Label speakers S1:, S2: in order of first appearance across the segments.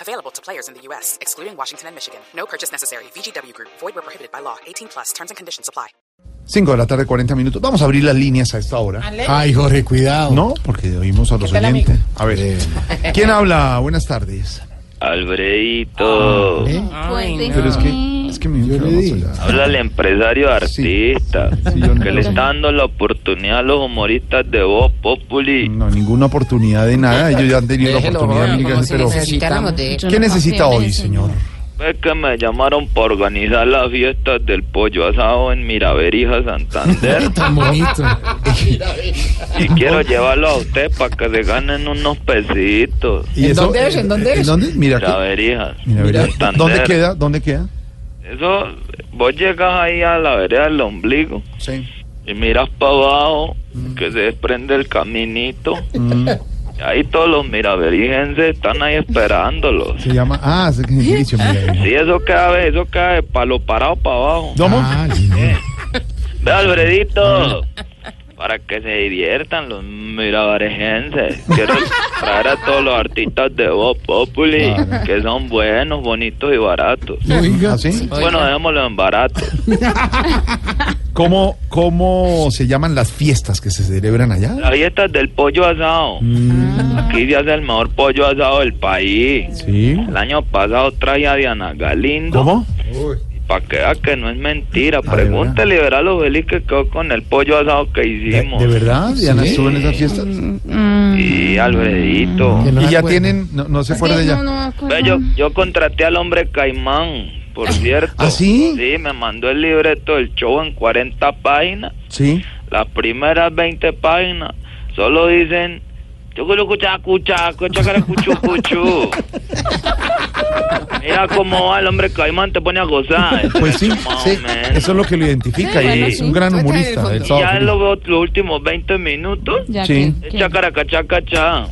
S1: Available to players in the U.S., excluding Washington and Michigan. No purchase necessary. VGW Group, void were prohibited by law. 18 plus terms and conditions apply.
S2: 5 de la tarde, 40 minutos. Vamos a abrir las líneas a esta hora.
S3: Ay, Jorge, cuidado. Eh,
S2: No, porque oímos a los
S3: tal,
S2: oyentes. A ver, ¿quién habla? Buenas tardes. Ah,
S4: Alfredito,
S2: Pero es que, es que mi
S3: Yo le
S2: micrófono
S3: di.
S2: no se
S4: habla el empresario artista,
S2: Sí, yo
S4: que le
S2: no-
S4: está dando la oportunidad a los humoristas de Voz Populi.
S2: No, ninguna oportunidad de nada. Ellos ya han tenido la oportunidad. mil veces, pero ¿qué necesita hoy, señor?
S4: Es que me llamaron para organizar las fiestas del pollo asado en Miraverija, Santander,
S3: Tan bonito.
S4: y quiero llevarlo a usted para que se ganen unos pesitos.
S2: ¿Y
S3: ¿En
S2: eso-
S3: dónde es? ¿En dónde es?
S2: Mira, que-
S4: Miraverija,
S2: mira, mira.
S4: Santander.
S2: ¿dónde queda? ¿Dónde queda?
S4: Eso, vos llegas ahí a la vereda del ombligo
S2: Sí.
S4: y miras para abajo,
S2: Mm.
S4: que se desprende el caminito. Ahí todos los miraverijenses están ahí esperándolos.
S2: Se llama. Ah, es el gentilicio, mira.
S4: Sí, eso cada vez, eso cada vez, palo parado para abajo.
S2: ¿Domo?
S3: Ah, señor.
S4: Ve, Alfredito, para que se diviertan los mirabarejenses. Quiero traer a todos los artistas de Voz Populi,
S2: Claro.
S4: que son buenos, bonitos y baratos.
S2: ¿Ah, sí?
S4: Bueno, dejémoslo en barato.
S2: ¿Cómo, ¿Cómo se llaman las fiestas que se celebran allá?
S4: Las fiestas del pollo asado.
S2: Mm.
S4: Aquí se hace el mejor pollo asado del país.
S2: Sí.
S4: El año pasado traía a Diana Galindo.
S2: ¿Cómo?
S4: Para que vea que no es mentira.
S2: verdad.
S4: Pregúntale, verá lo feliz que quedó con el pollo asado que
S2: ¿De,
S4: hicimos.
S2: de verdad? ¿Diana estuvo en esas fiestas?
S4: Sí, Alfredito.
S3: Que no
S2: Mm. Y
S3: se
S2: ya
S3: acuerda.
S2: tienen, no, no se
S5: Pues
S2: acuerda ya.
S4: Ve, yo, yo contraté al hombre Caimán, por cierto.
S2: ¿Ah, sí?
S4: Sí, me mandó el libreto del show en 40 páginas.
S2: Sí.
S4: Las primeras 20 páginas solo dicen... Chucurucu, chacu, chacu, chacaracu, chucu, chu". Mira cómo va el hombre Caimán, te pone a gozar.
S2: Pues sí,
S4: Más o
S2: sí,
S4: menos.
S2: eso es lo que lo identifica y es un gran humorista del
S4: Y
S2: sábado
S4: ya
S2: feliz.
S4: lo veo los últimos 20 minutos.
S2: Sí.
S4: Es chacaracachacachá.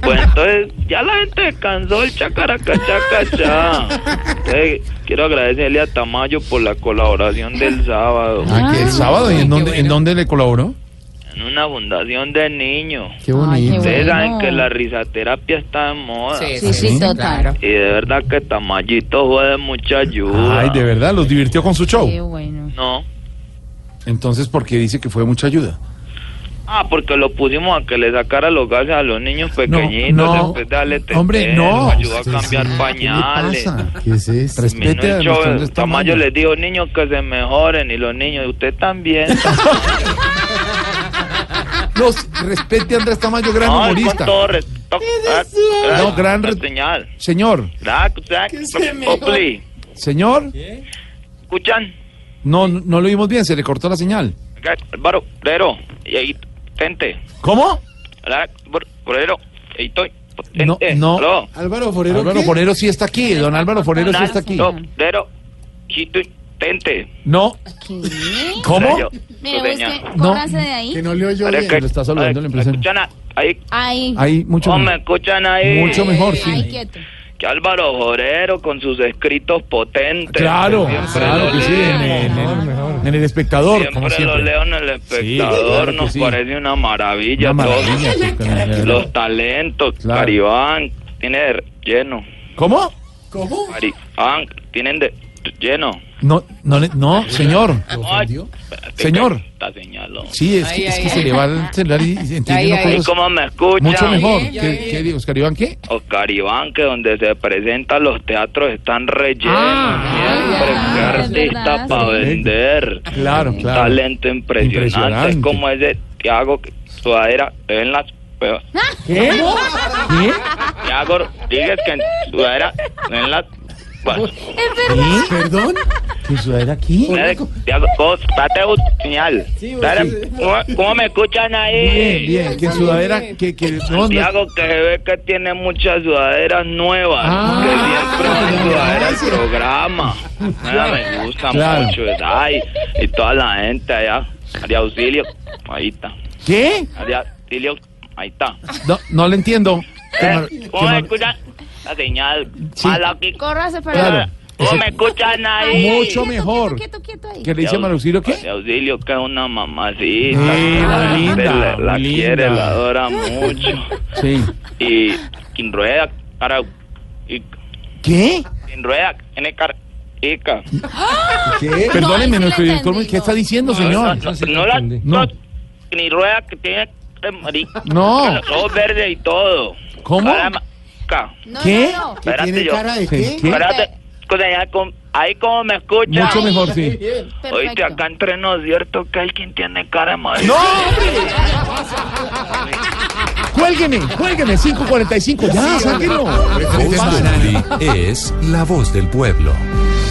S4: pues entonces ya la gente descansó el chacaracachacachá. Entonces, quiero agradecerle a Tamayo por la colaboración del sábado
S2: Ah, que el sábado y en dónde en dónde le colaboró?
S4: en una fundación de niños.
S3: Qué bonito.
S4: Ustedes saben que la risaterapia está en moda.
S5: Sí, sí, total.
S4: Y de verdad que Tamayito fue de mucha ayuda.
S2: Ay, de verdad, los divirtió con su
S5: Qué
S2: show.
S5: bueno.
S4: No.
S2: Entonces, ¿por qué dice que fue mucha ayuda?
S4: Ah, porque lo pusimos a que le sacara los gases a los niños
S2: No,
S4: pequeñitos.
S2: no,
S4: después de darle
S2: hombre, no.
S4: Ayudó a
S2: Usted
S4: cambiar
S2: sí, ¿qué le
S4: pañales.
S2: pasa?
S3: ¿Qué es esto?
S2: Respete a
S4: Minucho,
S2: los hombres
S4: Tamayo les dijo, niños que se mejoren, y los niños, usted también.
S2: Los respete a Andrés Tamayo, gran
S4: No, con
S2: humorista.
S4: todo respeto.
S2: No, gran re-
S4: ah, señal.
S2: Señor,
S4: Gra- gra- Popli,
S2: señor,
S4: ¿Escuchan?
S2: no no lo vimos bien, se le cortó la señal.
S4: Gra- Álvaro, Brero, y ahí, gente.
S2: ¿Cómo?
S4: Gra- Br- Brero, ahí estoy.
S2: No,
S4: gente.
S2: no.
S4: Aló.
S3: Álvaro Forero.
S2: Álvaro
S3: ¿qué?
S2: Forero sí está aquí, don Álvaro Forero sí está aquí.
S4: No, Brero, y estoy, gente.
S2: No,
S5: ¿Qué?
S2: ¿cómo?
S4: Brero, su
S5: Mire, vos
S4: señal.
S5: que
S2: No.
S5: cóbrase de ahí.
S3: Que no le oyó
S4: Pero
S3: bien.
S4: es que-
S2: lo está saludando el
S4: Ay,
S2: empresario.
S4: ¿Escuchan a- ahí?
S5: Ahí.
S2: Ahí mucho
S4: ¿Cómo me
S2: mejor.
S4: escuchan ahí?
S2: Mucho mejor,
S5: Ahí
S2: sí.
S5: quieto.
S4: Que Álvaro Jorero con sus escritos potentes.
S2: Claro,
S4: Siempre
S2: claro
S4: lo
S2: que sí, en,
S4: leo.
S2: en- en- en el espectador, como
S4: Siempre lo
S2: siempre.
S4: leo en el espectador,
S2: claro que
S4: nos
S2: sí.
S4: parece una maravilla,
S2: Una
S4: todo.
S2: maravilla, sí, con el-
S4: Los talentos,
S2: Claro.
S4: Caribán, tiene de lleno.
S2: ¿Cómo?
S4: Caribán, tienen de lleno.
S2: No, no, le- no, señor.
S4: Espérate,
S2: Señor.
S4: que Está señalado.
S2: Sí, es que, es que se le va el celular y, y entiende una
S4: ¿Y
S2: cosa
S4: cómo me escuchan?
S2: Mucho mejor. ¿Qué, qué, digo, Oscar Iván, qué?
S4: Oscar Iván, que donde se presentan los teatros están rellenos. Siempre,
S5: ah,
S4: qué
S5: es
S4: artista
S5: verdad,
S4: para
S5: sí.
S4: vender.
S2: Claro,
S4: Un
S2: claro.
S4: talento impresionante,
S2: Impresionante.
S4: como ese Tiago que- Sudadera en las peor.
S2: ¿Qué? ¿Qué?
S4: Tiago, digas que en sudadera en las Bueno,
S5: Es verdad.
S3: ¿Perdón?
S2: ¿Qué sucede aquí?
S4: ustedes, Diego, vos, date un señal. Dale, ¿cómo- ¿Cómo me escuchan
S2: Bien,
S4: ahí?
S2: bien, que sudadera, que, que, no, no,
S4: Santiago, que se ve que tiene muchas sudaderas nuevas.
S2: Ah,
S4: que siempre
S2: ya,
S4: es sudadera el
S2: gracias.
S4: programa. Ah, me gusta
S2: Claro.
S4: mucho. Ay, y toda la gente allá. María Auxilio, ahí está.
S2: ¿qué?
S4: María Auxilio, ahí está.
S2: No, no le entiendo. Qué mar-
S4: Eh,
S2: qué
S4: ¿Cómo me
S2: mar-
S4: escuchan? La señal.
S2: Sí.
S4: Mala aquí.
S5: Córrase
S2: Claro.
S5: para
S4: ¿Cómo me escuchan ahí?
S2: Mucho mejor.
S5: Quieto, quieto ahí.
S2: ¿Qué le dice Marucilio
S4: María
S2: qué?
S4: Auxilio, que es una mamacita.
S2: muy
S4: Usted
S2: linda,
S4: la, la
S2: muy
S4: quiere,
S2: linda.
S4: la adora mucho.
S2: Sí.
S4: Y sin rueda, cara. Y
S2: ¿Qué?
S4: sin rueda, tiene cara. Ica.
S2: ¿Qué? Perdóneme,
S5: No, ahí sí
S2: nuestro director,
S5: le entendí,
S2: ¿qué
S5: no.
S2: está diciendo,
S4: No,
S2: señor?
S4: no, no la.
S2: No.
S4: No, ni rueda que tiene. eh, marica.
S2: No.
S4: Los ojos verdes y todo.
S2: ¿Cómo?
S4: Cara ma- ca.
S5: No,
S2: ¿Qué?
S5: no, no.
S3: ¿Que
S4: Espérate,
S3: tiene
S4: yo-
S3: cara de
S2: ¿Qué?
S3: qué?
S2: ¿Qué?
S4: Espérate, con allá con- Ahí como me escuchan.
S2: Mucho mejor, sí.
S4: Oíste,
S5: Perfecto.
S4: acá entre nos, ¿cierto? Que hay quien tiene cara de marica.
S2: ¡No, hombre! ¡Cuélgueme! ¡Cuélgueme! 5.45, ya, sáquenlo.
S6: Voz Populi es la voz del pueblo.